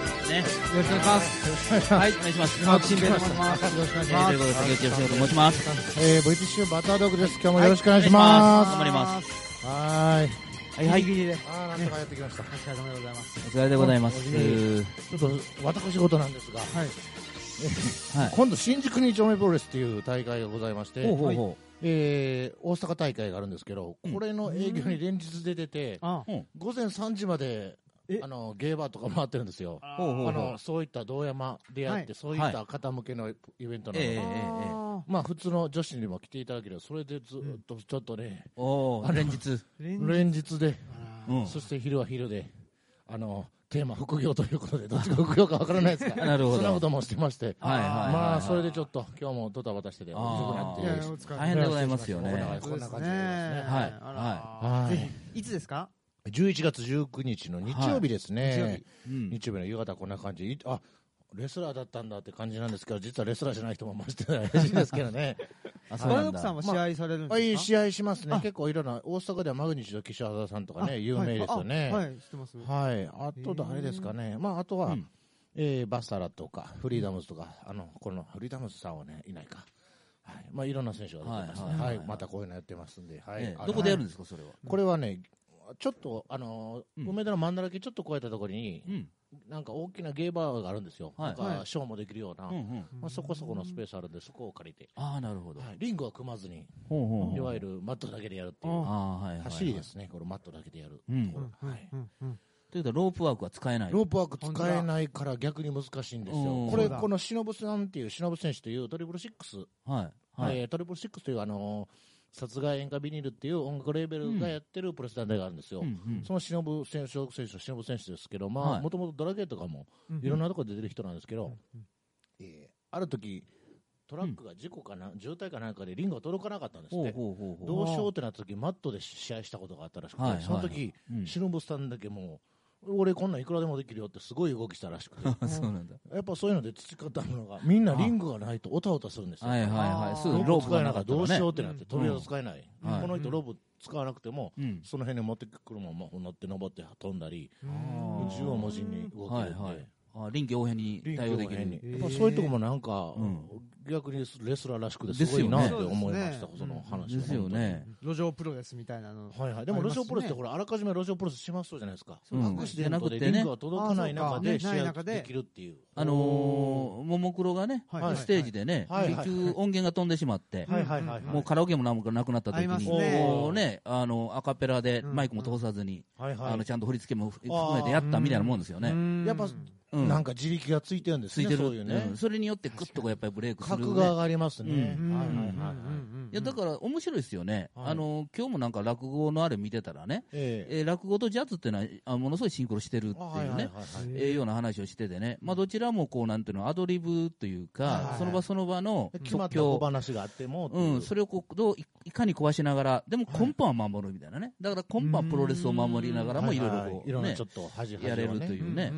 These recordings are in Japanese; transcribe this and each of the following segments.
くお願いします。はい、お願いします。青木新平と申します。よろしくお願いえしーまという。ことで、す竹内義彦と申します。えー、VTC バタードッグです。今日もよろしくお願いします。頑張ります。す。はーい。はい、はい、おあー、なんとかやってきました。お疲れ様でございます。疲れでございます。いえいちょっと私事なんですが、はい。今度新宿二丁目プロレスっていう大会がございまして、ほうほうほえー、大阪大会があるんですけど、これの営業に連日で出て、あう。うん午前3時までえあのゲーバーとか回ってるんですよ。あほうほあうほうの。そういった道山であって、はいそういった方向けのイベントなので、ええあまあ普通の女子にも来ていただければ、それでずっとちょっとね、おー、あの連日。ーレンジ連日で、うん。そして昼は昼で、あのテーマ、副業ということで、どっちが副業かわからないですが、なるほどそんなこともしてまして、はいはいはいはいまあそれでちょっと、今日もドタバタしてて、あー遅くないやっいやて、お疲れ大変でございますよね。こんなは感い。じこんな感じでございますねはいはあいらーいつですか11月19日の日曜日ですね、はいうん日曜日の夕方、こんな感じ、いあレスラーだったんだって感じなんですけど、実はレスラーじゃない人もましてないらしいですけどね、あ、バそうラなドんクださんは試合されるんあいいですか試合しますねあ、結構いろんな、大阪ではマグニチュード、岸和田さんとかあね、有名ですよね。はい、あはい知ってます。はい、あと誰ですかね、まあ、あとは、うんえーバサラとか、フリーダムズとか、あのこのフリーダムズさんはね、いないか、はいまあ、いろんな選手が出てますね、はいはいははいいまたこういうのやってますんで、はいええあのどこでやるんですか、それは。これはね、ちょっと、あのーうん梅田の真ん中ちょっと越えたところに、うん。なんか大きなゲーバーがあるんですよ、はいなんかショーもできるような、うんうん。まあ、そこそこのスペースあるんで、そこを借りて、ああ、なるほど。はいリングは組まずに、ほうほういほわう。ゆるマットだけでやるっていう、ああ、はいはいはい。走りですね、このマットだけでやるうんところ。うんはいうんうんということは、ロープワークは使えない。ロープワーク使えないから逆に難しいんですうよ、んこれ、そうだこの忍さんっていう、忍選手というトリプルシックス、はい。はい。えートリプルシックスという、あのー殺害演歌ビニールっていう音楽レーベルがやってるプレス団体があるんですよ、うんうんその忍選手、小学選手、忍選手ですけど、はもいともとドラゲーとかもうんいろんなところで出てる人なんですけど、うんえーある時トラックが事故かな、渋滞かなんかでリングが届かなかったんですっほうて。ほうほうほどうしようってなった時マットで試合したことがあったらしくて、はいはいその時、う。うん忍さんだけもう、俺こんなんいくらでもできるよってすごい動きしたらしくて、あ そうなんだ。やっぱそういうので培ったものが、みんなリングがないとおたおたするんですよ。はいはいはい。あーそうロローーププ使えがななかかっったたららどうしようね。ってなって、うんとりあえず使えない、はいこの人ロープ使わなくても、うん。その辺に持ってくるもんも乗って登って飛んだり、うん縦横無尽に動けはるいんで、はい。あ臨機応変にリン対応グでのき辺にる。へーやっぱそういうとこもなんか、うん逆にレスラーらしくてですすごいよねなって思いました、そそうですねの話はですよね。路上プロレスみたいなの。はいはい、でもあり路ます上ねプロレスってほら、あらかじめ路上プロレスしますそうじゃないですか。うんアクシデントでリングが届かない中であそう試かねない合中でできるっていう。あのー、ももクロがね、はいステージでね、はいはい結局音源が飛んでしまって、はいはいはいはい。もうカラオケもなんもなくなった時ありますに、ねこうね、あの、アカペラでうんマイクも通さずに、はいはあの、い。ちゃんと振り付けも含めてやったみたいなもんですよね。ねやっぱうん。なんか自力がついてるんですつね。いてる。そういうねうん。それによってグッとこうやっぱりブレイクするね。格が上がりますね。うんはいはいはいはい。いや、だから面白いですよね。はいあの、今日もなんか落語のあれ見てたらね、ええ。えー落語とジャズっていうのはあものすごいシンクロしてるってあはいいうはいはいね、はい。えーような話をしててね、まあ、どちらもこうなんていうの、アドリブというか、はいはいその場その場の決まっ即た小興、話があってもってういう、ん、それをこうどういいかに壊しながら、でも根本は守るみたいなね、だから根本はプロレスを守りながらも、いろいろこいろうんなねちょ、っと恥やれるとう。いうね、は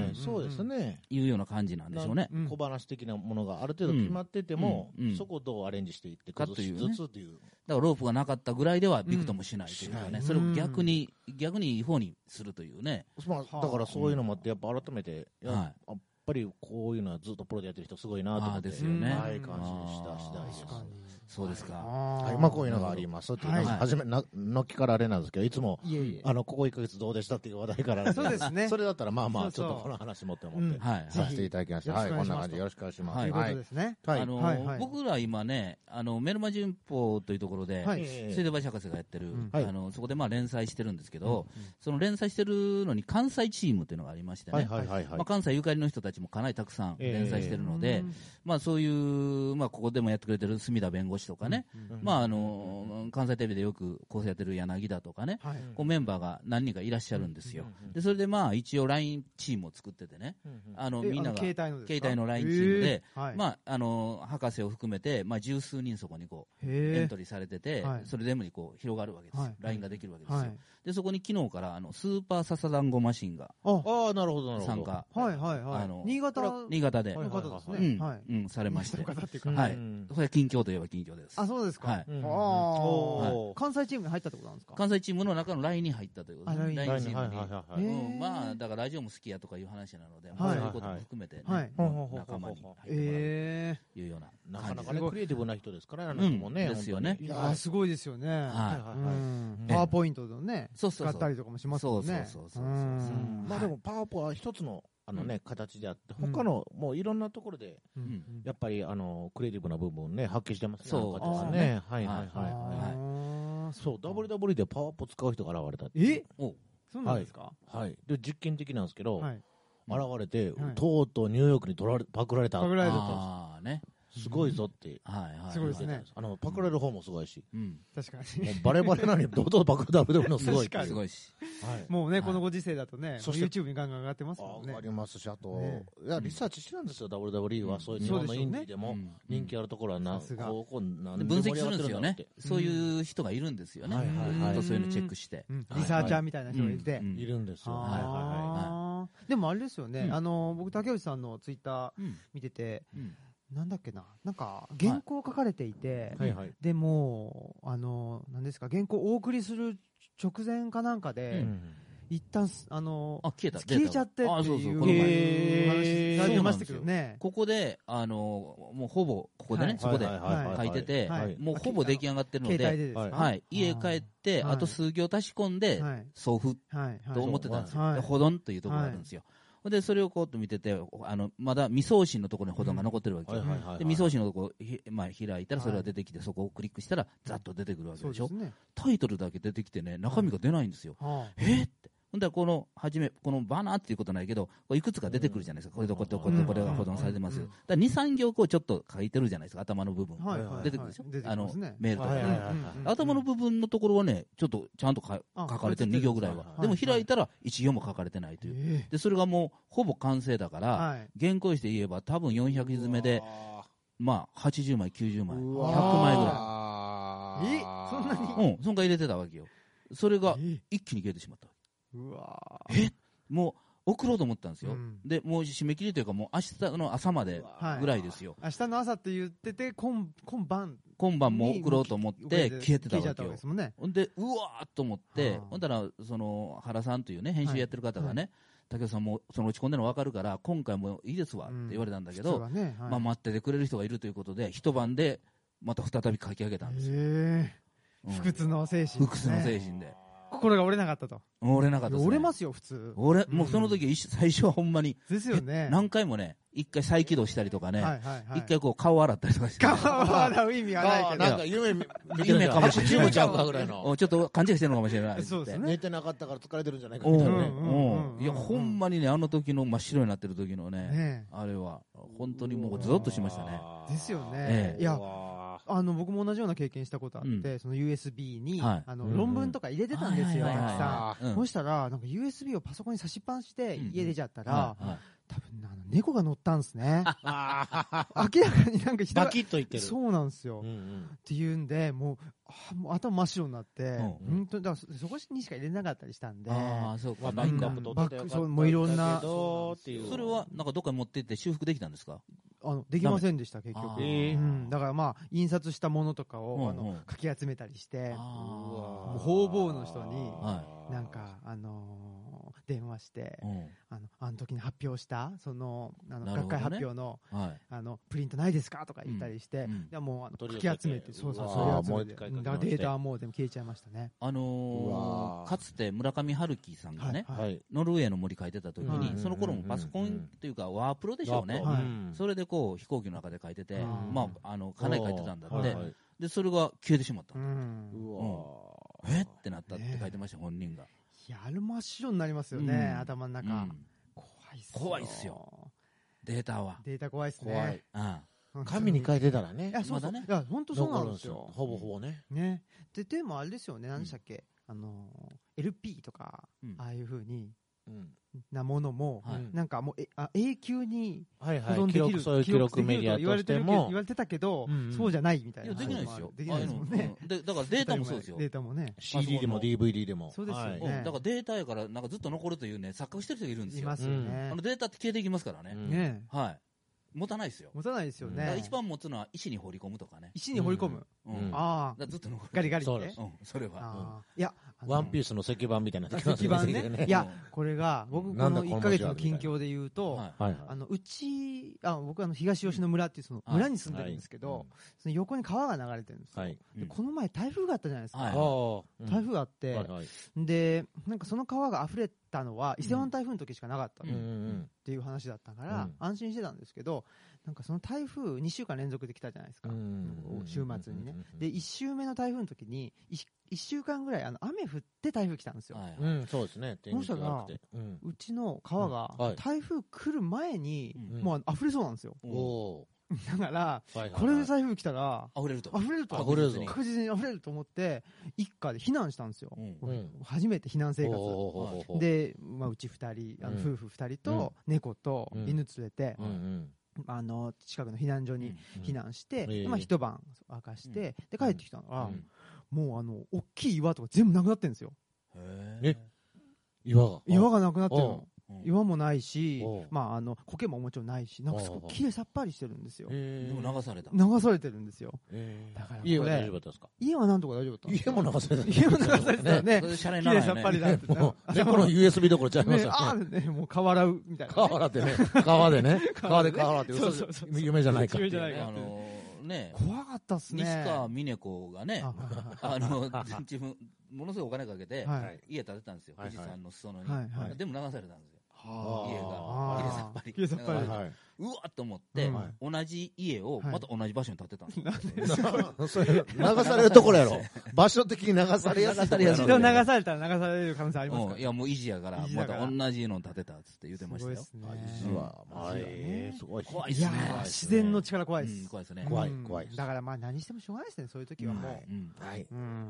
いはいそうです。ね。いうような感じなんでしょうね。うん小話的なものがある程度決まってても、うんうんそこをどうアレンジしていってかというねずつという。だからロープがなかったぐらいではびくともしないというかうんしね、ないそれを逆に、逆にいい方にするというね。まあ、だからそういうのもあって、やっぱ改めて、やはやっぱりこういうのはずっとプロでやってる人すごいなと思って。あーですよねはい、感心した次第です。確かに。そうですか。は、はいまあこういうのがありますっていうのは、はい初め、なのっきからあれなんですけど、いつも、いえいえ。あの、ここ1ヶ月どうでしたっていう話題からなんそうですねそれだったら、まあまあ、ちそょうっそうとこの話持って思っうてん、はい。させていただきました。はい、ぜこひんな感じでよろしくお願いしまはす。というこはとい。ですね。はいあのーはいはい僕ら今ね、あのメルマ旬報というところで、はいえ水え道橋博士がやってる、んはいあのそこでまあ連載してるんですけど、その連載してるのに関西チームというのがありましてね、はいはいはいはいまあ、。関西ゆかりの人たちもかなりたくさんええ連載してるので、まあ、そういう、まあ、ここでもやってくれてる隅田弁護士とかね、まああの関西テレビでよく構成やってる柳田とかね、はい。こうメンバーが何人かいらっしゃるんですよ、でそれでまあ一応、LINE チームを作っててね、あのえみんなあがの携帯のです携か帯の LINE チームで、えーはいまあ、あの博士を含めて、まあ、十数人そこにこう、エへントリーされてて、はいそれ全部にこう広がるわけですよ、はい LINE ができるわけえ。ですよ、はい。でそこに昨日からあのスーパーササダンゴマシンがあ、ああ、なるほど、なるほど。参加、はいはいはい。あの新潟これ新潟で、の方ですうね。ん、はい。うん、されましての。方っていうか。はいうんそれは近況といえば近況です。あ、そうですか。はいうんあはいあ。関西チームに入ったってことなんですか関西チームの中の LINE に入ったということですね。あ LINE チームに。いうんへーまあ、だからラジオも好きやとかいう話なので、はいそういうことも含めてね、はいもう仲間に入ってもらうえというようななか感なじかです。ね、クリエイティブな人ですからね、あの人もね。うんですよねえ。本当にいやー、すごいですよね。はいうんはいパワーポイントのね、そうそう使そったう。りとかもしますもんね。そうそうそうそうそううんまあでも、パワポは一つの、あのね、形であって、他の、もういろんなところで、うんやっぱり、あの、クリエイティブな部分をね、発揮してますね。そうあの方はね。はいはいあはいはい。ーそう、WW でパワーポ使う人が現れたって。えおそうなんですかはい。で、実験的なんですけど、は現い。れてはい、とうとうニューヨークに取られ、パクられたパ。クられたと。ああ、ね。すごいぞって。はいはいはい。すごいですねあの、パクられる方もすごいし、うん。確かもうに。バレバレなのに、堂々とパクられるのすごいっていう。すごいし。はい。もうね、はいこのご時世だとね、そして YouTube にガンガン上がってますあもん上ねが。りますし、あと、ねいやリサーチしてたんですよ、WWE うは、んそういう日本のそうでしイょうねンディーでも、うん人気あるところはな、さすがこうこうなんでで分盛り析上するがっんてでするよんだっねて。。そういう人がいるんですよね。はいはいはいうんそういうのチェックして。うんはいリサーチャーみたいな人がいてう。んいるんですよ。はいはあーでもあれですよね、うんあの僕、竹内さんのツイッターうん見てて、うんなんだっけな、なんか原稿書かれていて、いはい。はいはい。でもう、あのなんですか、原稿お送りする直前かなんかで、うん一旦すあのあ、消えた。消えちゃってってあ、そういそうう。おこ話のへ前ーされてましたけどね、ここで、あの、もうほぼ、ここでね、そこで書いててはい、もうほぼ出来上がってるの携帯で、でですか、はいはい。家帰って、はいあと数行足し込んではい、はい送付はいと思ってたんですよ。はいで保存というところがあるんですよ。で、それをこうと見てて、あの、まだ未送信のところに保存が残ってるわけはいよ。はいはい。で、未送信のところ、ひまあ、開いたらはいそれが出てきて、そこをクリックしたら、ざっと出てくるわけそうでしでょす。ね、タイトルだけ出てきてね、中身が出ないんですよ。はえーって。ほんだらこの、はじめ、このバナーっていうことないけど、こういくつか出てくるじゃないですか。これとこれとこれとこれが保存されてますよ。うんだから2、3行こうちょっと書いてるじゃないですか、頭の部分。あはいはい、出てくるでしょ出てきあまのすね、メールとかはいではいね。はいうん頭の部分のところはね、ちょっとちゃんとかあ書かれてる2行ぐらいははいは。いでも開いたら1行も書かれてないという。えで、それがもうほぼ完成だかえら、はい、原稿して言えば多分400字詰めで、まあ80枚、90枚、うわー100枚ぐららえそんなにい。うん、そんが入れてたわけよ。それがえ一気に消えてしまった。うわーもう送ろうと思ったんですよ。うんで、もう締め切りというか、もう明日の朝まではいぐらいですよ。明日の朝って言ってて、今今晩今晩もう送ろうと思っにて消えてた消わえちゃけったよわけで。すもんね。ほんで、うわーっと思って、はあほんだら、その、原さんというね、編集やってる方がはね、竹内さんも、その落ち込んでるの分かるから、今回もいいですわって言われたんだけど、実はね、はいまあ待っててくれる人がいるということで、一晩で、また再び書き上げたんですよ。へうんえ不屈の精神、不屈の精神で。心が折れなかったと。折れなかったです、ね。折れますよ、普通。俺、もうその時、一最初はほんまに、ですよね。何回もね、一回再起動したりとかね、はいはいはい。一回こう顔洗ったりとかして、顔は洗う意味がないけど。なんか夢見てる夢かもしれない夢ちゃうかぐらいの。おちょっと勘違いしてるのかもしれないって。 そうですね寝てなかったから疲れてるんじゃないかおうみおたういんなうね。んおうんういや、ほんまにね、あの時の真っ白になってる時のね、ねあれは、本当にもうゾッとしましたね。あーですよええね。いや、わあの、僕も同じような経験したことあって、うその USB に、はいあの、うんうん論文とか入れてたんですよ、はたいはくいはいさはいうんん。そしたら、なんか USB をパソコンに差しっぱなしでうんうん家出ちゃったらは、いはい多分ねあの猫が乗ったんで すね。ーあ明らかになんーか人バが。キッといってる。そうなんですよ。うんっうんていうんで、もう、あもう頭真っ白になって、うん本当に、だからそそこにしか入れなかったりしたんで、ああ、そうまか、あ、なバいッんクだアッうんプ取ってたらよかったんだけどそうもういろんなっていうそれは、なんかどっかに持って行って修復できたんですかあのできませんでした、結あ局。ーうん、だからまあ、印刷したものとかを、うんうんあのかき集めたりして、あもう方々の人にはなんか、あのー電話してー、うんあの、あの時に発表した、その、あの、なる学ほどね会発表の、はい。あの、プリントないですかとか言ったりして、うんうんでもう、あの、か取きり寄せて集めて、そうそう、うそわーれ集めもう一て、回書き直うんしてだからデータはもうでも消えちゃいましたね。あうのわーーかつて村上春樹さんがね、はいはい。ノルウェーの森書いてた時うに、んその頃もパソコンというかワープロでしょうね。ワーはいそれでこう飛行機の中で書いてて、うんまあ、あの、かなり書いてたんだおっーてはいは、いで、それが消えてしまったう。ん。うわーえってなったって書いてました、本人が。いや、あれ真っ白になりますよね、うん頭のう中。ん怖いっすよ。怖いっすよ。データは。データ怖いっすね。怖い。うん本当紙に書いてたらいねや、。そうそう。まだいねや、本当そうなんですよ。ほぼほぼね。ね。で、でもあれですよね、何でしたっけ、あのー、LP とか、うんああいう風に、うんなものも、はいうんなんかもうえあ永久にはい保は存い、記でき録る、そういう記録メディア記録としてできるとも言われてるけど言われてたけど、うんうんそうじゃないみたいいなや、できないですよ。できないですもんねああいうのうんでだからデータもそうですよ。データもね CD でも DVD でも。そうですよねうんだからデータやから、なんかずっと残るというね、錯覚してる人がいるんですいよ。ますよねあの、データって消えていきますからはいね。うんねはい。持たないですよ。持たないですようんだからね一番持つのは石に放り込むとかね。石に掘り込む、うんうん。だかああらずっと残る。ガリガリっそうでてすうん、それは。ああいやあのワンピースの石板みたいな。石板ねいやこれが僕こなんだのこの1か月の近況で言うと、はいはいはい。あのうちあ僕あの東吉野村っていうそのうん村に住んでるんですけど、その横に川が流れてるんですよ、はい。うんこの前台風があったじゃないですか、はいあ台風があって、はいはい。でなんかその川が溢れたのは伊勢湾台風の時しかなかったうっんうんていう話だったから、うん安心してたんですけどなんかその台風2週間連続で来たじゃないですか、うん。週末にねうんうんうんで1週目の台風の時に 1, 週間ぐらいあの雨降って台風来たんですよ、はいうはいん、そうですね。天気が悪くて。うん。うちの川うんはがい台風来る前にう、んもうあの溢れそうなんですよ。 うんおだから、ーはいはいはいこれで台風来たら、溢れると。溢れると溢れるぞ確実に溢れると思って、一家で避難したんですよ。うんうん初めて避難生活。おーほうほうほうで、まあ、うち二人、あのうん夫婦二人と、猫とうん犬連れて、うんうんあの、近くの避難所うにん避難して、ええまあ、一晩明かして、で、帰ってきたのうはん、もうあの、大きい岩とか全部なくなってるんですよ。へーえ岩が。岩がなくなってるの。うん岩もないしおう、まあ、あの、苔ももちろんないし、なんかすごい綺麗さっぱりしてるんですよ。えでーも流された。流されてるんですよ。えーだからこれ家は大丈夫だったんですか家はなんとか大丈夫だったんです家よも流された。家も流されてたよねそ。れシャレに綺なら麗なさいっねぱりだって。もう、猫の USB どころちゃいますねよ。あーね、もう顔洗うみたいなね。川でね、川でね、川川でで川って、そうそうそう夢じゃないか。夢じゃないねかあのーね、怖かったっすね。西川美音子がねあ、はあの、自分、ものすごいお金かけて、いはいははいい。家建てたんですよ、はいはい富士山の裾野に、はいはいでも流されたんですよ、はあ家あが、ー家さっぱり、家さっぱりだからは うわっと思って、は同じ家をはいまた同じ場所に建てたんですよ、い。それ流されるところやろ。場所的に流されやすいところやろ。一度流されたら流される可能性ありますかうんいや、もう維持やから、維持まだかたら同じの建てたっつって言ってら。ましすたごいよっ、すね。実は、まあ、うんええすごい。怖いっいすやねー、自然の力怖ういっんす。怖いですね、怖いうん怖いですだからまあ何してもしょうがないですね、そういう時はもう。うんうんはい。うん。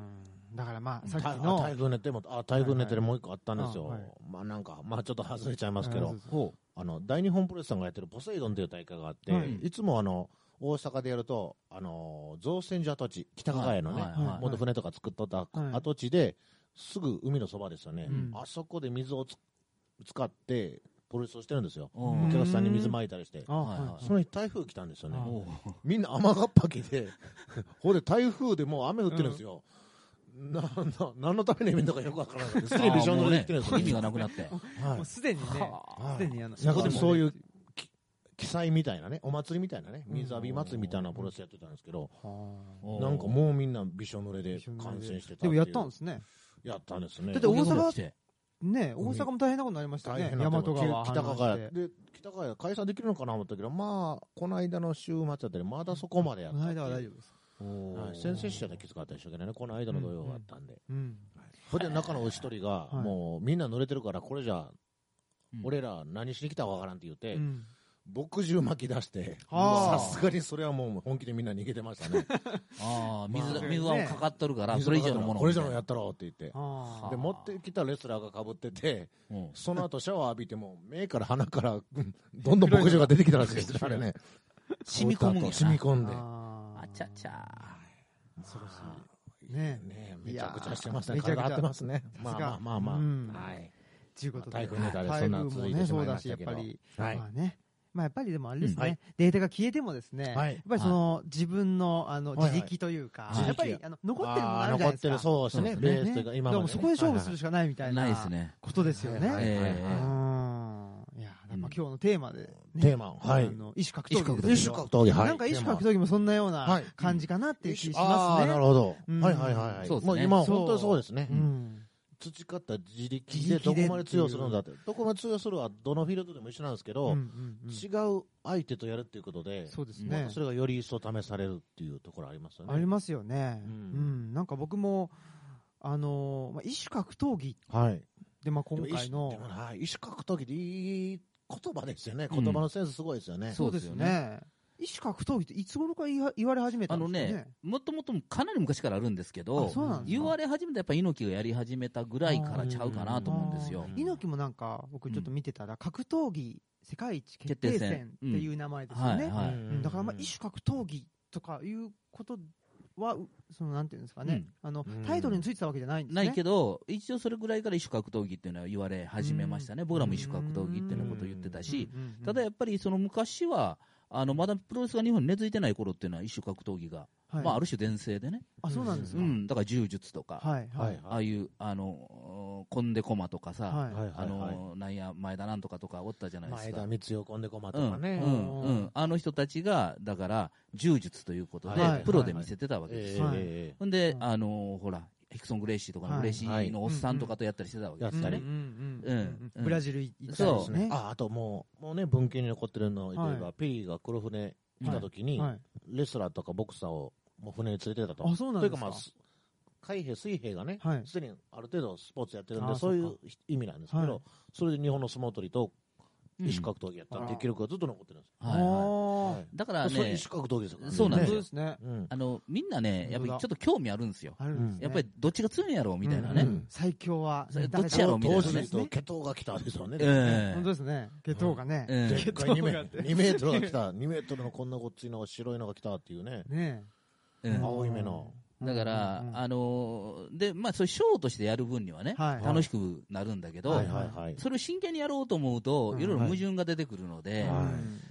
だからまあ、さたっきあの。台風寝ても、あ、台風寝てでもう一個あったんですはよいはい。まあなんか、まあちょっと外れちゃいますけはどい、ほうあの、大日本プロレスさんがやってるポセイドンという大会があってはい、いつもあの、大阪でやると、あの、造船所跡地、北加賀屋のねはい、はいはい元船とか作っとったはい跡地で、すぐ海のそばですよね、うんあそこで水をつ使って、プロレスをしてるんですよ、うおん客さんに水まいたりして、あはいはいその日、台風来たんですよねあ、おうみんな雨がっぱきで、ほんで台風でもう雨降ってるんですよ、なな何のためのイベントかよくわからないです、テレビジョあーンものうでね来てるんですよ、意味がなくなって、はいもうすでにね、はいすでにあの、なんかでもそういう記載みたいなね、お祭りみたいなね、水浴び祭りみたいなプロレスやってたんですけど、なんかもうみんなびしょ濡れで感染してたでもやったんでですね。やったんですねだって大阪が来て、ね海大阪も大変なことになりました大ね。変な大和ことに川北氾濫加賀し屋て。で北加賀屋解散できるのかなと思ったけどまあこの間の週末だったりまだそこまでやこったのっていう間は大丈夫です。はい先々週だけきつかったでしょうけどねこの間の土曜があったんで、うん。それで中のお一人が、はいもうみんな濡れてるからこれじゃうん俺ら何しに来たかわからんって言って、うん墨汁巻き出してあさーすがにそれはもう本気でみんな逃げて ましたねあー水がまあ水はもうかかっとるから、水それ以上のものこれ以上のやったろうって言ってああで持ってきたレスラーがかぶっててうんその後シャワー浴びても、目から鼻から、 うんどんどん牧場が出てきたらしいですよ、あれね。染み込むんやな染み込んで。ああちゃちゃ。恐ろしい。ねえ。ねめいちやゃーくちゃしてますね。めちゃくちゃ体張ってますね。まさあすまがあまあまあ。うんはい。ちゅうことで。台風ネタではそんな台風も続いねてしそまういまだしし、たやっけど。ぱり、はいまあね。まあやっぱりでもあれですね、うんはいデータが消えてもですね、はいやっぱりその、自分のあのはいはい自力というか、自力やっぱりあの残ってるものあるじゃ残なっいですて。かる、そうですね。そうベですねースというか、今でまもねそこで勝負するしかないみたいなないですね。ことですよね。はいいははいいうんはいや、なんか今日のテーマで、い。ねテーマ、はあい。の、異種格闘一技です種よ。格闘技、はい。なんか一種格技闘技もそんなようはない感じかなっていう気しあまあ、すね。なるほど。うんはいはいはいはい。そうですねもう今、本当にそうですねう。ん。培った自力自で力どこでまで通用するんだって。どこまで通用するは、どのフィールドでも一緒なんですけうんうど、んうん違う相手とやるっていうことで、そうですまねた。それがより一層試されるっていうところありますよね。ありますよね。ううんん。なんか僕も、あのー、まあ、異種格闘技はい。で、まあ、で今も回一の種で、もな、異種格闘技でいい言葉ですよね。うん言葉のセンスすごいですよね。そうそうでですすよねね。医師格闘技っていつ頃から言わ言われ始めたあんでのすかねね、もともとかなり昔からあるんですけあど、そうなんですか言われ始めたやっぱ猪木がやり始めたぐらいからちゃうかなと思うんですあよー。猪木もなんか僕ちょっと見てたら、格闘技世界一決定戦っていう名前ですよはいね、はい。うんだからまあ異種格闘技とかいうことはうそのなんていうんですかね、うんあのうんタイトルについてたわけじゃないんですねないけど、一応それぐらいから異種格闘技っていうのは言われ始めましたね、僕らも異種格闘技っていうようなことを言ってたし、うんうんうんただやっぱりその昔は、あのまだプロレスが日本に根付いてない頃っていうのは、異種格闘技が、はいまあ、ある種、伝制でね、あそうなんですうか、ん、だから柔術とか、はいはいああいう、あのコンデコマとかさ、はいはいあはいはいのなんや、前田なんとかとかおったじゃないで前す田か。光代込んでこまとうんかうね、んうん、あの人たちが、だから、柔術ということで、はいプロで見せてたわけですよえはいええほんで、うんあのーほら、ヒクソン・グレイシーとかのはいグレイシーのおっさんとかとやったりしてたわけですよやったねりう。んうんうんブラジル行ったえりそうでですすねね、ああともうもうね文献に残ってるので言えば、はペリーが黒船来た時に、はい、レスラーとかボクサーをもう船に連れてたとあそうなんですかというかまあす海兵水兵がねはいすで、にある程度スポーツやってるんあでーそういそうう意味なんですけど、はいそれで日本の相撲取りとうん異種格闘技やったっていう記録がずっと残ってるんですよ、はいはあーはいいだからそれね異、種格闘技ですからねそうなんで本す当よですねうんあの、みんなね、やっぱりちょっと興味あるんですよ。あるんですねやっぱりどっちが強いんやろうみたいなうねん。最強はそれ誰どっちやろうみたいなね当時そとうですね血統が来たんですよね、え本当ですね血統がね、えええでっかい2メがあって2メートルが来た、2メートルのこんなごっついのが白いのが来たっていうね、ねえうん青い目の。だからうんうんう、んあのー、で、まあ、そういうショーとしてやる分にはね、はい楽しくなるんだけどはい、はいはい。それを真剣にやろうと思うと、うんいろいろ矛盾が出てくるので、は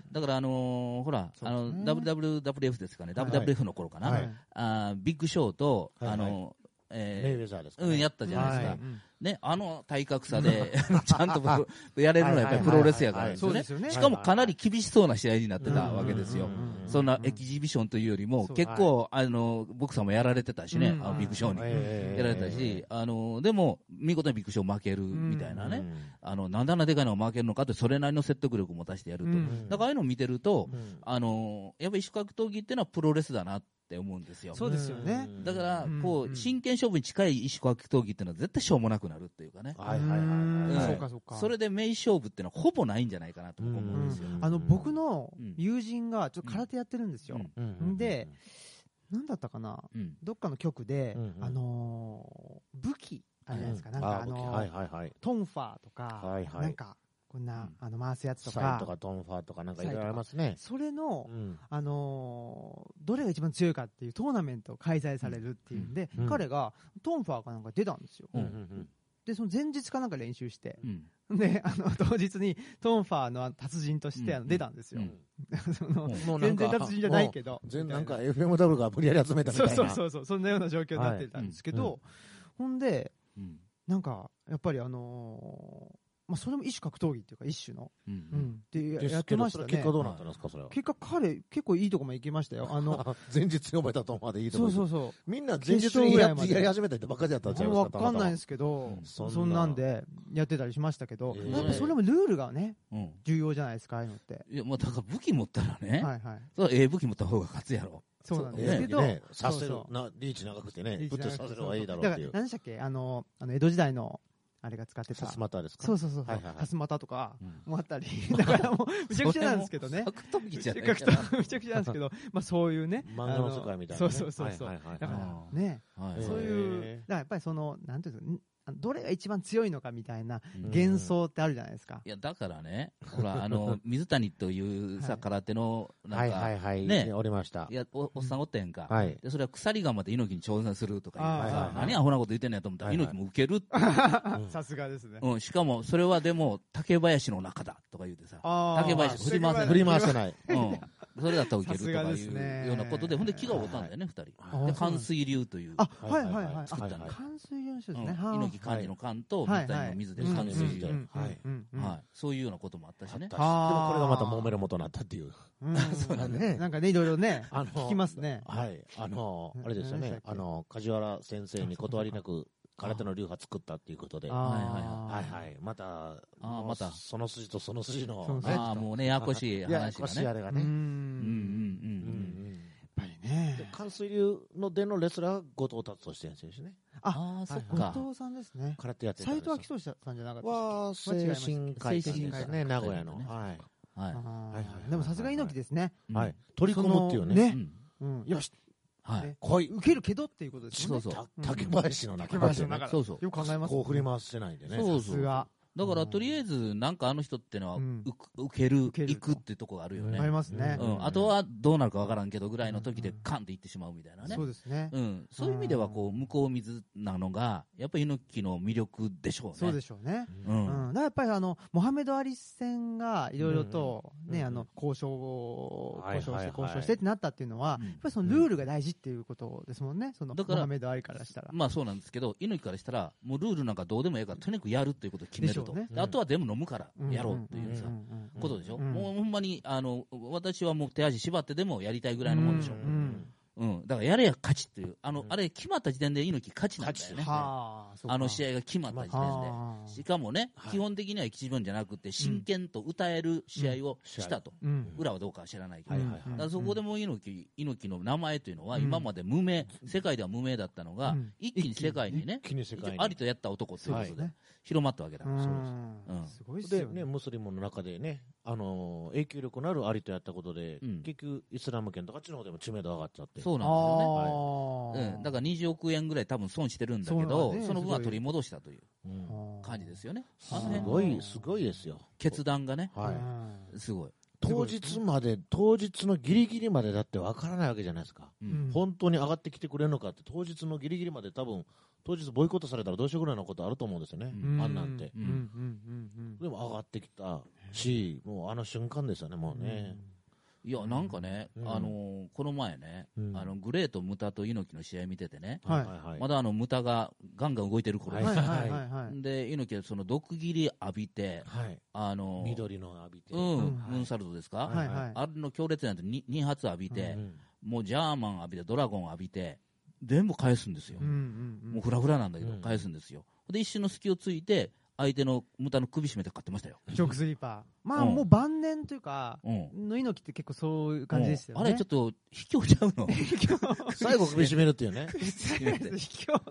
だから、あのー、ほら、あの、そうです WWF ですかね、はい WWF の頃かはな、いあービッグショーと、はいはあいの、えーメイウェザーですかね。うん、やったじゃないですか。はいね、あの体格差 で、ちゃんとプロやれるのはやっぱりプロレスやからですそうよでねす。よねしかもかなり厳しそうな試合になってたわけですようんうん。うんうんそんなエキシビションというよりも、そう結構、あの、ボクサーもやられてたしね、うんあのビッグショーに。ええやられてたし、あの、でも、見事にビッグショー負けるみたいなね。あの、なんだあんなでかいのが負けるのかって、それなりの説得力も出してやると。うんだから、ああいうのを見てると、うんあの、やっぱり視覚闘技っていうのはプロレスだなって思うんですよ。そうですよねうんだからうん、こうう、ん真剣勝負に近い意思格闘技っていうのは絶対しょうもなくなるっていうかね。はいはいはいうんはい。そうかそうかそれで名勝負っていうのはほぼないんじゃないかなと僕は思うんですよ。うんあの僕のうん友人がちょっと空手やってるんですよ、うんうんで、なんだったかなうん。どっかの局で、うんうんあのー武器あるじゃないですか、なんかあのーはいはいはい。トンファーとか、はいはいなんかこんな、あの回すやつとサイかとかトンファーとかなんかいろいろありますね。それの、うんあのーどれが一番強いかっていうトーナメントを開催されるっていうんで、うん彼がトンファーかなんか出たんですよ、うんでその前日かなんか練習して う、ん。であの当日にトンファーのあの達人としてあのうん出たんですよ、う そのもうな全んか然達人じゃないけど全みたないんか FMW が無理やり集めたみたいそうな。そうそうそうそんなような状況になってたんですけど、はいうんほんでうん。なんかやっぱりあのーまあ、それも一種格闘技っていうか一種の、う。うんん、ってでやすけどやってましそたれね結果どうなったんですか、それは。結果彼結構いいとこまで行きましたよあの 前日呼ばれたトンファーでいいとそこう行くそうそみんな前日にやり始めたってばっかりだったんちゃいうますわかんないんで。ですすけどうんそんなそんなんでやってたりしましたけど、えーやっぱそれもルールがねうん。重要じゃないですかああいうのって、いや、まあ、だから武器持ったらね、はいはいそれはええ武器持った方が勝つやろ。そうなんたですけど、ねえさせるそうそうな、リーチ長くてね、リープチッて長くてさせる方がいいだろうっていそうそうう。何でしたっけあのあの江戸時代のあれが使ってたさすまたですかそうそうそうそう、はいはいはいはすまたとかうんもあったり だからもうむちゃくちゃなんですけどね格闘技じゃない格から闘むちゃくちゃなんですけどまあそういうね漫画の世界みたいなあね。のそうそうそうそう、はいはいはいだかあーらねはいそうへー、いうだからやっぱりその、なんていうんですかんあの、どれが一番強いのかみたいなうん幻想ってあるじゃないですかい。や、だからね、ほら、あの、水谷というはさ、い空手の、なはんいはいか、はい。ねおりましたい。や、おおっさんおったやんか。はい。でそれは鎖釜で猪木に挑戦するとか言うからあーさはいはいはい何アホなこと言ってんのやと思ったらはいはい猪木も受けるってうんさすがですね。うん、しかも、それはでも、竹林の中だとか言うてさ、あー竹林振り回せない振り回せない。うん、それだったら受けるとかさすがいですねうようなことで、ほんで気が合うたんだよね、二、人。あで、そうなん関です水流という、あ、はいはいはいははいい。作ったんだあ冠水流の人うでんすね。はあ猪木漢字の漢と、はい水谷の水ではい関水う流ん。はいうんうんうんはい。そういうようなこともあったしねでも。これあーがまた揉める元になったっていう。うんそうなんだねなんかね、いろいろね、あの聞きますね。はい。あのー、あれですよ何でしたねっ。けあのー、梶原先生に断りなく空手の流派作ったっていうことで。はあいあーはい。また、ーもうまたその筋とその筋そののね。ああ、もうね、ややこしいやや話こがしいあね。れがうーね。うんうんん。うんううん。んやっぱりでね。関水流のでのレスラーが後藤達人選手ですね。ああ、そっか。後藤さんですね。空手やってたん斎です藤よ明人さんじゃなかったっけは精神科医さん精神で科医すさね、ん名古屋の。ねはい。はいはあいはいはいーでもさすが猪木ですね。うんはい。取り込むっていうそね。のうんうん。よし、はいねこい、受けるけどっていうことですそようね。そうた竹林の中で竹ね林の中そうそうよく考えますこう振りま回せないでね。そうすそがうがだかうらんとりあえずなんかあの人ってのはうんうく受ける受け行るくってとこあるよねありますねう。うんん、あとはどうなるかわからんけどぐらいの時でカンって行ってしまうみたいなねそうですね。うん、そういう意味ではこう向こう水なのがやっぱり猪木の魅力でしょうねそうでしょうね。ううんん。だからやっぱりあの、モハメド・アリ戦がいろいろとうんうね、んあの、交渉を、はい交渉はしいてはい交渉してってなったっていうのは、うんやっぱりそのルールが大事っていうことですもんね。その、だモからハメド・アリからしたら。まあそうなんですけど猪木からしたらもうルールなんかどうでもいいからとにかくやるっていうことを決めるでしと、ょうねであとは全部飲むからんやろうっていうさ、んんんことでしょ、うんもうほんまにあの私はもう手足縛ってでもやりたいぐらいのもんでしょ、ううんんだからやれや勝ちっていうあの、うんあれ決まった時点で猪木勝ちなんだよ勝ねちはあ、そうかあの試合が決まった時点で。はあしかもね、はい基本的には一分じゃなくて、真剣と歌える試合をしたと、うん裏はどうかは知らないけど、はいはいだからはそこでもう猪木猪木の名前というのは、うん今まで無名、世界では無名だったのが、うん一気に世界にねい。、気に世界に。ありとやった男ということそうですでね、広まったわけだうから、んそうですすごいっすで、よねね、。ムスリムの中でね、あのー、影響力のあるアリとやったことで、うん結局、イスラム圏とかあっちの方でも知名度上がっちゃって。そうあなんですよね。ーうん、だから20億円ぐらい多分損してるんだけそうど、なんだねその分はすごい取り戻したといううんあー感じですよね。すあの辺ごい、すごいですよ。決断がね、はうい。んすごい。当日まで、当日のギリギリまでだってわからないわけじゃないですか。うんうん本当に上がってきてくれるのかって、当日のギリギリまで多分、当日ボイコットされたらどうしようぐらいのことあると思うんですよね。うんあんなんて。うんうんうんでも上がってきたし、もうあの瞬間ですよね、もうんうね。いや、なんかね、うんあのーこの前ね、うんあの、グレート・ムタと猪木の試合見ててね、はいはいはい。まだあの、ムタがガンガン動いてる頃ははいいではすいよはいはい。で、猪木はその毒斬り浴びて、はい。あのー緑の浴びて。ううんん、うんムーンサルトですか、はいはいはい。あれの強烈なやつ 2, 2発浴びて、もうジャーマン浴びて、ドラゴン浴びて、全部返すんですよ。うんうんうんもうフラフラなんだけどう、ん返すんですよ。で、一瞬の隙をついて、相手のムタの首絞めて勝ってましたよ。ジョークスリーパー。まあうんもう晩年というか、うん。の猪木って結構そういう感じですようんね。あれ、 ちょっと、卑怯ちゃうの最後首絞めるっていうね。卑怯。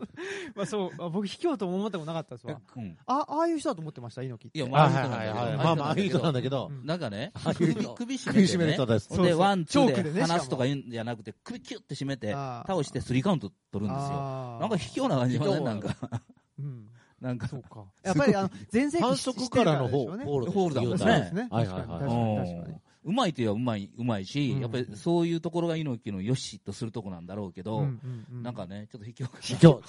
まあそう、あ僕卑怯とも思ったことなかったですわ。うんあ、ああいう人だと思ってました、猪木って。いやまああはいはいはいまあまあ、いい人なんだけどう、んなんか ね、ああいう首首絞人め首て、絞めるね人、です。そうで、そうワン、ツチョーークででね離すとか言うんじゃなくて、首キュッて絞めて、あー倒してスリーカウント取るんですよ。あーなんか卑怯な感じがね、なんか、 うん。なんかそ、うか。やっぱり、あの、前世紀反則からの知って方、るらでしょうねホールホールだもんね言うたらそうですねはいはい確はかい。に確かにうまいといえばうまい、うまいし、うんやっぱりそういうところが猪木のよしとするとこなんだろうけど、うんうんうんなんかね、ちょっと卑怯か卑な怯。と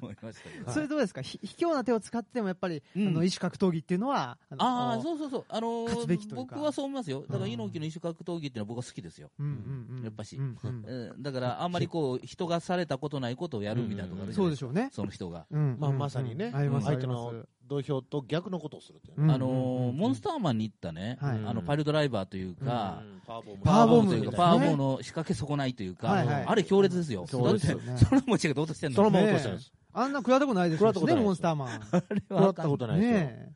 思いましたけど。それどうですか、ひ卑怯な手を使ってもやっぱり、うんあの、異種格闘技っていうのは、あのああ、そうそうそう。あのー勝つべきというか僕はそう思いますよ。だから猪木の一種格闘技っていうのは僕は好きですよ。うんうんうんやっぱしうんうん うんだからあんまりこう、人がされたことないことをやるみたいなとこあるじゃそなういでですしか。ょうね。その人が。うんまあ、まさにね、あります、あ相り手ますの土俵と逆のことをするっていううんね。あのーモンスターマンに行ったね、はいうんあの、パイルドライバーというか、うんパワーボムパワーボムというか、パワーボムの仕掛け損ないというか、はいはいあれ強烈ですよ。強烈だでって、すよねその持ちがどうとしてんのそのままね落としたんです。 あんな食らったことないです食よらったことね、ないモンスター マあれ食はったことなン。いですよ。ねえ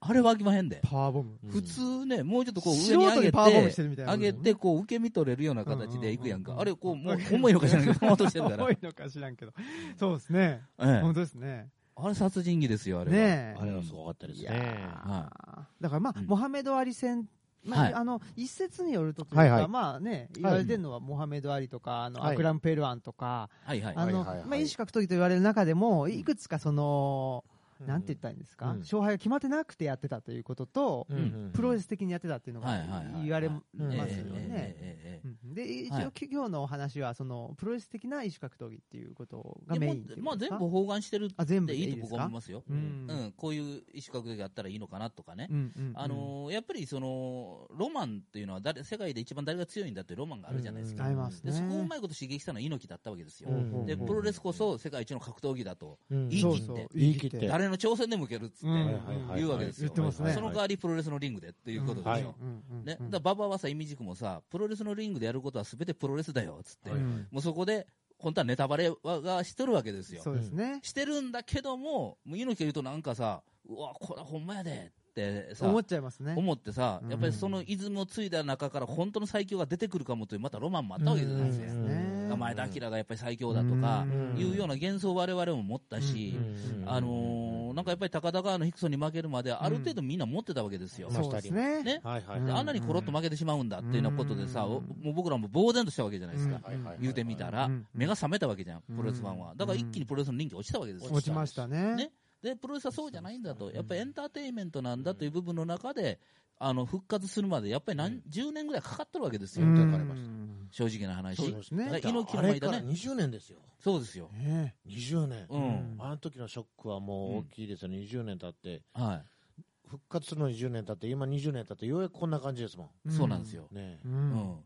あれはあきまへんで。パワーボム。うん普通ね、もうちょっとこう素上に上人げ、にパワーボムしててるみたいな。上げて、こう受け身取れるような形でいくやんうかん。あれ、こう、もう、重いのかしらん けど、落としてるから多。いのか知らんけど。そうですね。ええ本当ですね。あれ殺人鬼ですよ、あれは。ねあれはすごかったえ。ですいね。やーはだからまあ、うんモハメド・アリ戦、まはいあ、あの、一説によるとというはいはか、いまあね、言われてるのはモハメド・アリとか、あの、はいアクラム・ペルアンとか、はいはい。あのはいはいはい、まあ、いい資格闘技と言われる中でも、いくつかその、なんて言ったらいいんですか、うん勝敗が決まってなくてやってたということと、うんうんプロレス的にやってたっていうのはがいはいはいはい言われええますよえね。えええええうんで、一はい応、企業のお話は、その、プロレス的な異種格闘技っていうことがでメもインっていうまこあとです全か部包含してるあ、全っていいとで僕は思いますよ。ううんうんん、こういう意思格闘技があったらいいのかなとかねう。んうんあのーやっぱりその、ロマンっていうのは誰、世界で一番誰が強いんだっていうロマンがあるじゃないですか。ありますで、ねそこをうまいこと刺激したのは猪木だったわけですよう。んで、プロレスこそ世界一の格闘技だと、うんいいそう切そうって言い切って誰の挑戦でも受けるっつって、うんはいはいはい言うわけですよ。言ってますねその代わりプロレスのリングでっていうことでしょ。はいうんうんうんね、だから馬場はさ、意味軸もさ、プロレスのリングでやることはすべてプロレスだよ、つって、はいうんもうそこで、本当はネタバレはがしとるわけですよそ。うですね。してるんだけども、もう猪木が言うとなんかさ、うわ、これはほんまやでっってさ、思っちゃいますね。思ってさう、んやっぱりそのイズムを継いだ中から本当の最強が出てくるかもという、またロマンもあったわけじゃないですうか。ん名前田明がやっぱり最強だとかうんいうような幻想を我々も持ったし、うんあのーなんかやっぱり高田川のヒクソンに負けるまで、ある程度みんな持ってたわけですよ。うんそうですね。ねはいはいうんではいあんなにコロッと負けてしまうんだっていうようなことでさ、うんおもう僕らも呆然としたわけじゃないですか、うんはいはいはい言うてみたら、うん目が覚めたわけじゃん、プロレスファンうは。んだから一気にプロレスの人気落ちたわけですよ。落ちましたね。ねで、プロレスはそうじゃないんだと、うんやっぱりエンターテインメントなんだという部分の中で、あの復活するまで、やっぱり何、うん10年ぐらいかかってるわけですうよ、んわかりまし正直な話。そそううですね。だねから猪木のあ間ねれから20年ですよ。ですよ。え20年。うん。うんあの時のショックはもう大きいですよね。20年経って。は復活するのに10年経って、今20年経って、ようやくこんな感じですもい。そうなんです。よ。ん。ねう。うんん。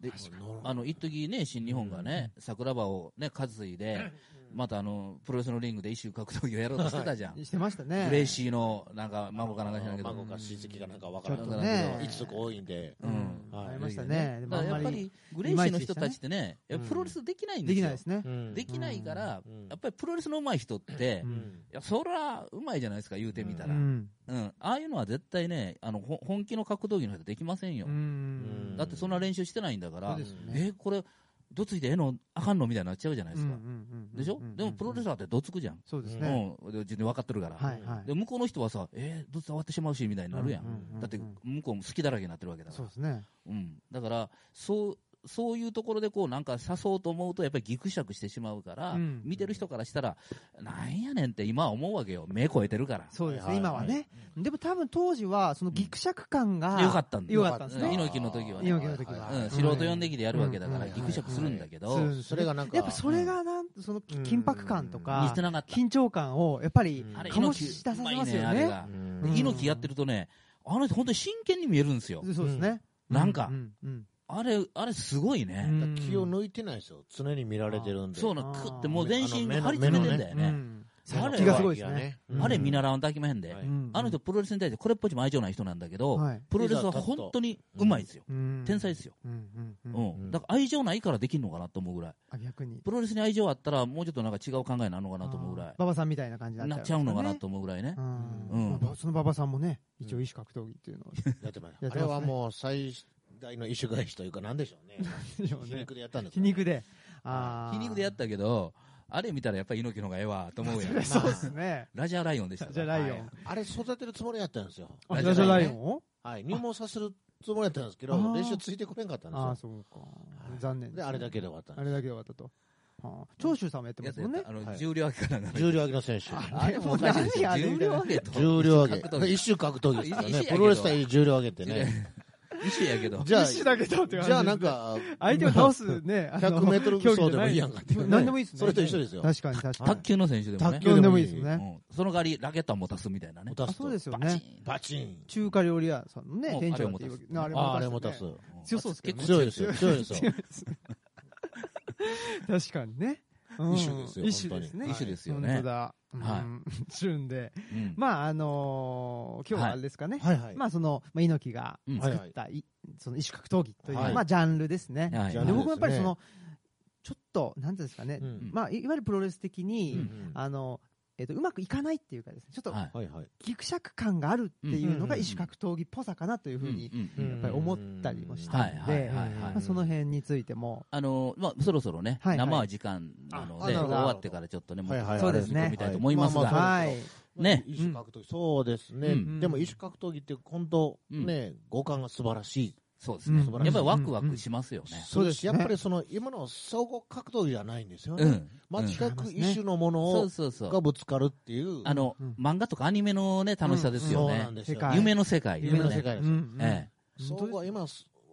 で、もうあの、一時ね、新日本がね、桜庭をね、担いで、またあの、プロレスのリングで一周格闘技をやろうとしてたじゃん。してましたね。グレイシーの、なんか、孫かなんか知らんけど。孫か親戚かなんかわからんけちょっどとね、一族多いんで。うんはいありましたね。でだかもあらんやまっぱりり、グレイシーの人たちってね、いまやっぱいちでしたねプロレスできないんですよ。できないですね。うんできないから、うんやっぱりプロレスの上手い人って、ういんや、そら、上手いじゃないですか、言うてみたうら。うん。ん。ああいうのは絶対ね、あの、ほ本気の格闘技の人できませんよ。んだってそんな練習してないんだから、そうですね。え、これ、どついてええのあかんのみたいになっちゃうじゃないですか。でしょでもプロレスーラーってどつくじゃん。そうですうね。ん。で自分で分かってるから。はいはい。で、向こうの人はさ、えー、どつ終わってしまうし、みたいになるやん。うううだって、向こうも好きだらけになってるわけだかそうらで。すね。うん。だから、そう、そういうところでこう、なんか誘おうと思うと、やっぱりギクシャクしてしまうから、うん見てる人からしたら、なんやねんって今は思うわけよ。目超えてるから。そうですはね、いは今いははいね。でも多分当時は、そのギクシャク感が、よかったんだよかったんですうんね。猪木の時はね猪木の時はうん、素人呼んできてやるわけだかうんら、うんギクシャクするんだけど、はいうんそれがなんか。やっぱそれがなん、そのうん緊迫感とうん見かせ、てなかった。緊張感を、やっぱり、うんあれ、醸猪し木、出さうせまいますよねあれがう。でんうん猪木やってるとね、あの人本当に真剣に見えるんですよ。そうですね。なんかうんうんあれ、あれすごいうね。んだから気を抜いてないですよ。常に見られてるんで。そうなな、あーくってもう全身張り詰めてんだようね。んあれ気がすごいですね。うんあれ見習わんとあきまへんでは。ういんあの人プロレスに対してこれっぽっちも愛情ない人なんだけど、はいプロレスは本当にうまいですよ。うん天才ですよ。うんうんう。うんん。だから愛情ないからできるのかなと思うぐらい。あ、逆に。プロレスに愛情あったらもうちょっとなんか違う考えなのかなと思うぐら馬場さんみたいな感じい。にななっっちちゃゃううののかかななと思うぐらいねう。んうんまあその馬場さんもね、一応、医師格闘技ってい うのをやってますやあってますねれはもう最大の意種返しというか、なんでしょうね。 皮肉でやったんです皮肉で。あー皮肉でやったけど、あれ見たらやっぱり猪木の方がええわと思うやん。 そうですね。ラジャーライオンでしたから。じゃあライオはいン。あれ育てるつもりやったんですよ。あ、ラジジャャージャラライイオオンをはい、入門させるつもりやったんですけあど、ー練習ついてこれんかったんですああ、よ。そうか。残念で、すねあれだけで終わったんあでれだけで終わったと。はあ長州さんもやってやまっすてもんやっねてあ。の、はい重量挙げかなんかで。重量上げの選手。あれもおかしいですよあれ重量上げと。重量上げ。格闘だから技一周格闘技ですから一緒やね。けどプロレス対重量上げって ね。一緒やけど。じゃ あ、一種だけどって感じじゃあなんか、相手を倒 すね、あの100メートル走でもいいやんかっていうね何でもいいですね。それと一緒ですよ確かに確かに。卓球の選手でもね卓。何でもいいですようね。んその代わりラケットは持たすみたいなね持。たあすそとうで。すよバチね。ンバチン。中華料理屋さんのねも、う店長っていうあれあれもああ、あれも持たたすすね。。強そうですけどね強いですよ。強いですよ。 確かにね。うん一種ですよ一種ですね。一種ですよ本ね当。だ。うん。 旬で。うんまあ、あのー今日はあれですかね。はいはい。まあ、その、まあ、猪木がうん作った、いその、一種格闘技という、はいまあ、ジャンルですね。はいじゃであ僕もやっぱりそので、ちょっと、なんていうんですかね、うんまあ、いいわゆるプロレス的に、うんあの、えっ、と、うまくいかないっていうかですね、ちょっとはいはいはい。ギクシャク感があるっていうのがうん一種格闘技っぽさかなというふうに、うんううんんやっぱり思ったりもしたんはいで、はいはいはいまあその辺についても、あのまあ、そろそろね、はいはい生は時間なのあで、なる終ほどわってからちょっとね、もはいはいっそうとですねみたいと思いますはいまあが、まはい。ね異種格闘技。そうですね。うんでも異種格闘技って本当、うんね、五感が素晴らしい。そうですね、うん素晴らしいやっぱりワクワクしますよね。そうですねやっぱりその、今の総合格闘技じゃないんですようん。うね。んまあ、うん比較異種のものそうを、そうそがう。ぶつかるっていう。あの、うん漫画とかアニメのね、楽しさですそようねな。んですよ世。界夢の世界ですね。夢の世界ですうよ。んえ総合は今、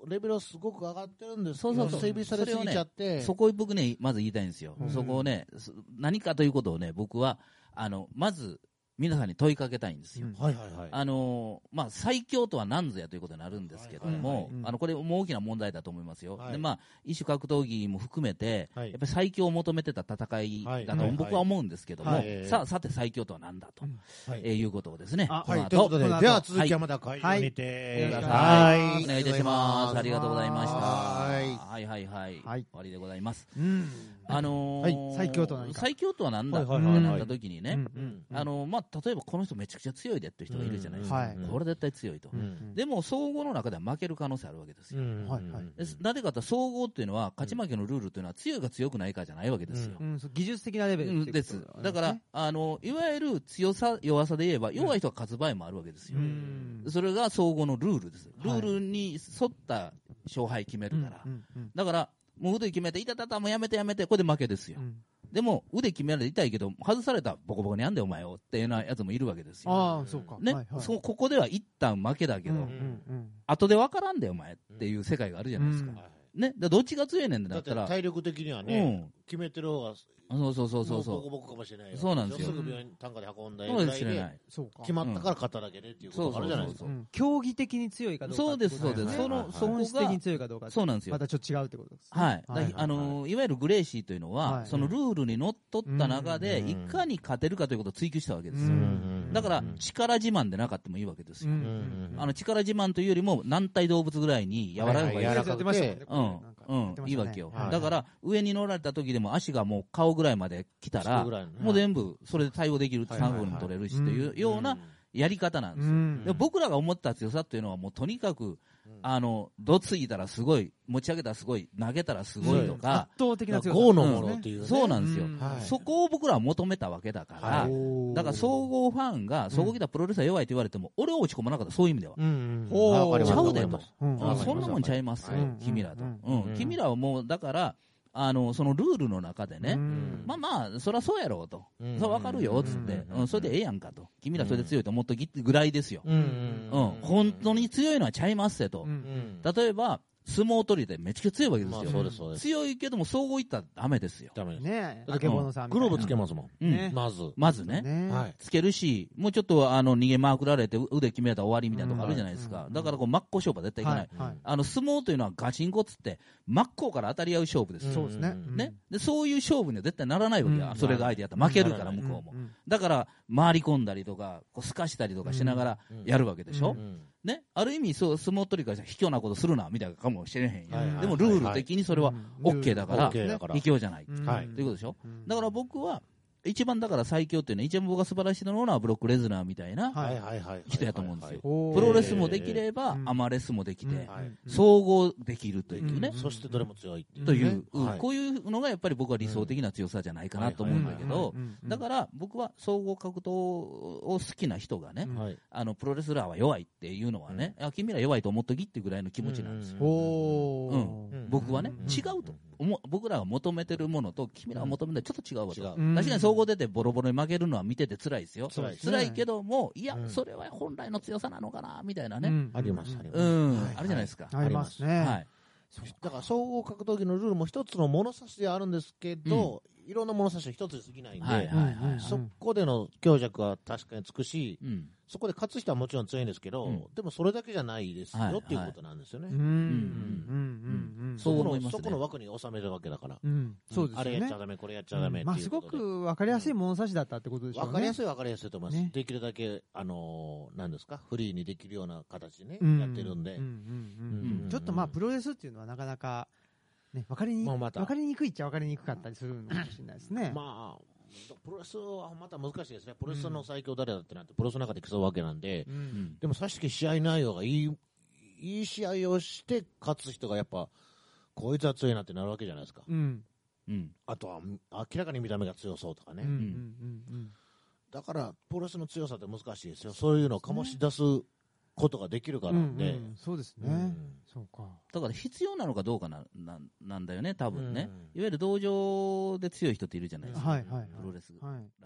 レベルはすごく上がってるんですそうけそどうそう整備されすぎちゃっえて。そこを僕ね、まず言いたいんですよ。うんそこをね、そ何かということをね、僕は、あの、まず、皆さんに問いかけたいんですよ。うんはいはいはい。あのーまあ、最強とは何ぞやということになるんですけどはいはいも、はいうんあのこれも大きな問題だと思いますよ、はいでまあ、一種格闘技も含めて、はいやっぱり最強を求めてた戦いはいだはとい僕は思うんですけども、はいさあさて最強とは何だと、うんはいえーいうことをですね、あこはのい、後ということで、この後では続きはまだ会場にて、はいお願いいたします。ありがとうございました。はいはいはいはい。はい終わりでございます。うん。あのーはい最強とは何か最強とは何だはいはいはいはいなった時にね、うんうんあのーまあ、まあ、例えばこの人めちゃくちゃ強いでっていう人がいるじゃないですか。はいこれ絶対強いとう。んうんでも、総合の中では負ける可能性あるわけですよ。んはいはいでなぜかというと総合っていうのは、勝ち負けのルールというのは、強いか強くないかじゃないわけですよ。うんそう技術的なレベルうんっていうでことす。だから、ねあの、いわゆる強さ、弱さで言えば、弱い人が勝つ場合もあるわけですよう。んそれが総合のルールです。ルはいールに沿った勝敗決めるからう。んうんだから、もう腕決めて、いたたた、もうやめてやめて、これで負けですよう。んでも、腕決められて痛いけど、外されたらボコボコにやんでお前をっていうようなやつもいるわけですよ。ああそうかねはいはいそうここでは一旦負けだけど、うんうんうん後で分からんでお前っていう世界があるじゃないですか。うんね、だからどっちが強いねんってだなっってたら、体力的にはね、決めてる方が、うんそうそうそうそうもボコそボコかもしれないよそうなんですよすぐ病院単価で運んう、だりそうぐですらい知れなで、い。そうか決まったから勝っただけでっていうことがあるじゃないですか。そううん競技的に強いかどうかそうですってことそうですねそのはいはいそこが本質的に強いかどうかそうなんですよま。たちょっと違うってことですねはい、はいだからあのーいわゆるグレーシーというのは、はいそのルールにのっとった中で、うんいかに勝てるかということを追求したわけですよ、うんだからうん力自慢でなかったもいいわけですよ、うんうんあの力自慢というよりも、軟体動物ぐらいに柔らかい方がいいはいはい柔らかくてやってましたもうんねこれなんかやんっ、うてまん、しいいたねわけよ、はいだから上に乗られた時でも足がもう顔ぐらいまで来たら、もう全部それで対応できる、はいはい3はい分に取れるしというようなやり方なんうですよ。んで僕らが思った強さっていうのは、もうとにかく、あの、どついたらすごい、持ち上げたらすごい、投げたらすごいとか、圧倒的な強さ豪のものっていうね。そうなんですよ。うんはいそこを僕らは求めたわけだから、はいだから総合ファンが、そこ来たプロレスは弱いと言われても、俺は落ち込まなかった、そういう意味では。うん。ほうわかりますちゃうでとわかりますうんわかりますそんなもんちゃいますよ、はい君らと。ううんんうん君らはもう、だから、あの、そのルールの中でね、うんまあまあ、そりゃそうやろうと。うんそれ分かるよ、つって、うんうんそれでええやんかと。君らそれで強いと思っときってぐらいですよ。うんうん。本当に強いのはちゃいますせとう。ん例えば、相撲取りでめっちゃくちゃ強いわけですまあよ。そうですそうです。強いけども、総合いったらダメですよ。ダメです。ねえだって曙さんみたグいロなーブつけますもうんねん。まず。まずね。はねい。つけるし、もうちょっとあの逃げまくられてう腕決めたら終わりみたいなとこあるじゃないですか、うんだからこう真っ向勝負は絶対いけない、はいはいあの相撲というのはガチンコっつって、真っ向から当たり合う勝負ですよ、そうですねうんうんねでそういう勝負には絶対ならないわけや、うんそれが相手やったら、負けるから、うん向こうも、んんだから回り込んだりとか、こうすかしたりとかしながらうんやるわけでしょ、ううんね、ある意味そう、相撲取りからしたら卑怯なことするなみたいなかもしれへんや、はいはいでもルール的にそれはうん OK だから、オッケーだから。卑怯じゃない、うんはいということでしょうんだから僕は、一番だから最強っていうのは、一番僕が素晴らしいと思うのは、ブロック・レズナーみたいな、はいはいはい。人やと思うんですよおープロレスもできれへばー、アマレスもできうんて、はい総合できるといううねん、そしてどれも強いっていう。という、うんうんこういうのがやっぱり僕は理想的な強さじゃないかなと思うんだけどう、んだから僕は総合格闘を好きな人がねう、んはい。あのプロレスラーは弱いっていうのはね、あ君ら弱いと思っときってぐらいの気持ちなんですよ。おうおん僕はね、うん違うと思う、僕らが求めてるものと、君らが求めてるのはちょっと違うわと、違う確かに総合出てボロボロに負けるのは見てて辛いですよ、辛いですね辛いけども、いや、うんそれは本来の強さなのかなみたいなね、あります、ありうます。ん、はいあるじゃないですか、ありますねはい、だから総合格闘技のルールも一つの物差しではあるんですけど、いろんな物差しが一つに過ぎないんで、はいはいはい、そこでの強弱は確かにつくし、うん、そこで勝つ人はもちろん強いんですけど、うんでもそれだけじゃないですよ、はいっていうことなんですよね。うんうんうんうんそそこう思のいますそねこの枠に収めるわけだから、うんそうですあよれやっちゃねダメ、これやっちゃダメってまあいすうごことで。く分かりやすい物差しだったってことでしょうね分かりやすい分かりやすいと思います、ねできるだけ、あのー、なんですか、フリーにできるような形でね、うんやってるんで、うんうんうんうんちょっとまあプロレスっていうのはなかなかね分かりにもうまた分かりにくいっちゃ分かりにくかったりするのかもしれないですねまあ、プロレスはまた難しいですね、プロレスの最強誰だってなって、プロレスの中で競うわけなんで、ううんんでも、さしき試合内容がいい、いい試合をして、勝つ人がやっぱ、こいつは強いなってなるわけじゃないですか。うんうん、あとは、明らかに見た目が強そうとかね。うんうんうんだから、プロレスの強さって難しいですよ。そういうのを醸し出すことができるからなんで。うんうんそうですうねんそうかだから必要なのかどうかなななんだよね、多分ね、うんいわゆる道場で強い人っているじゃないですか、はいはいはいプロレス。はい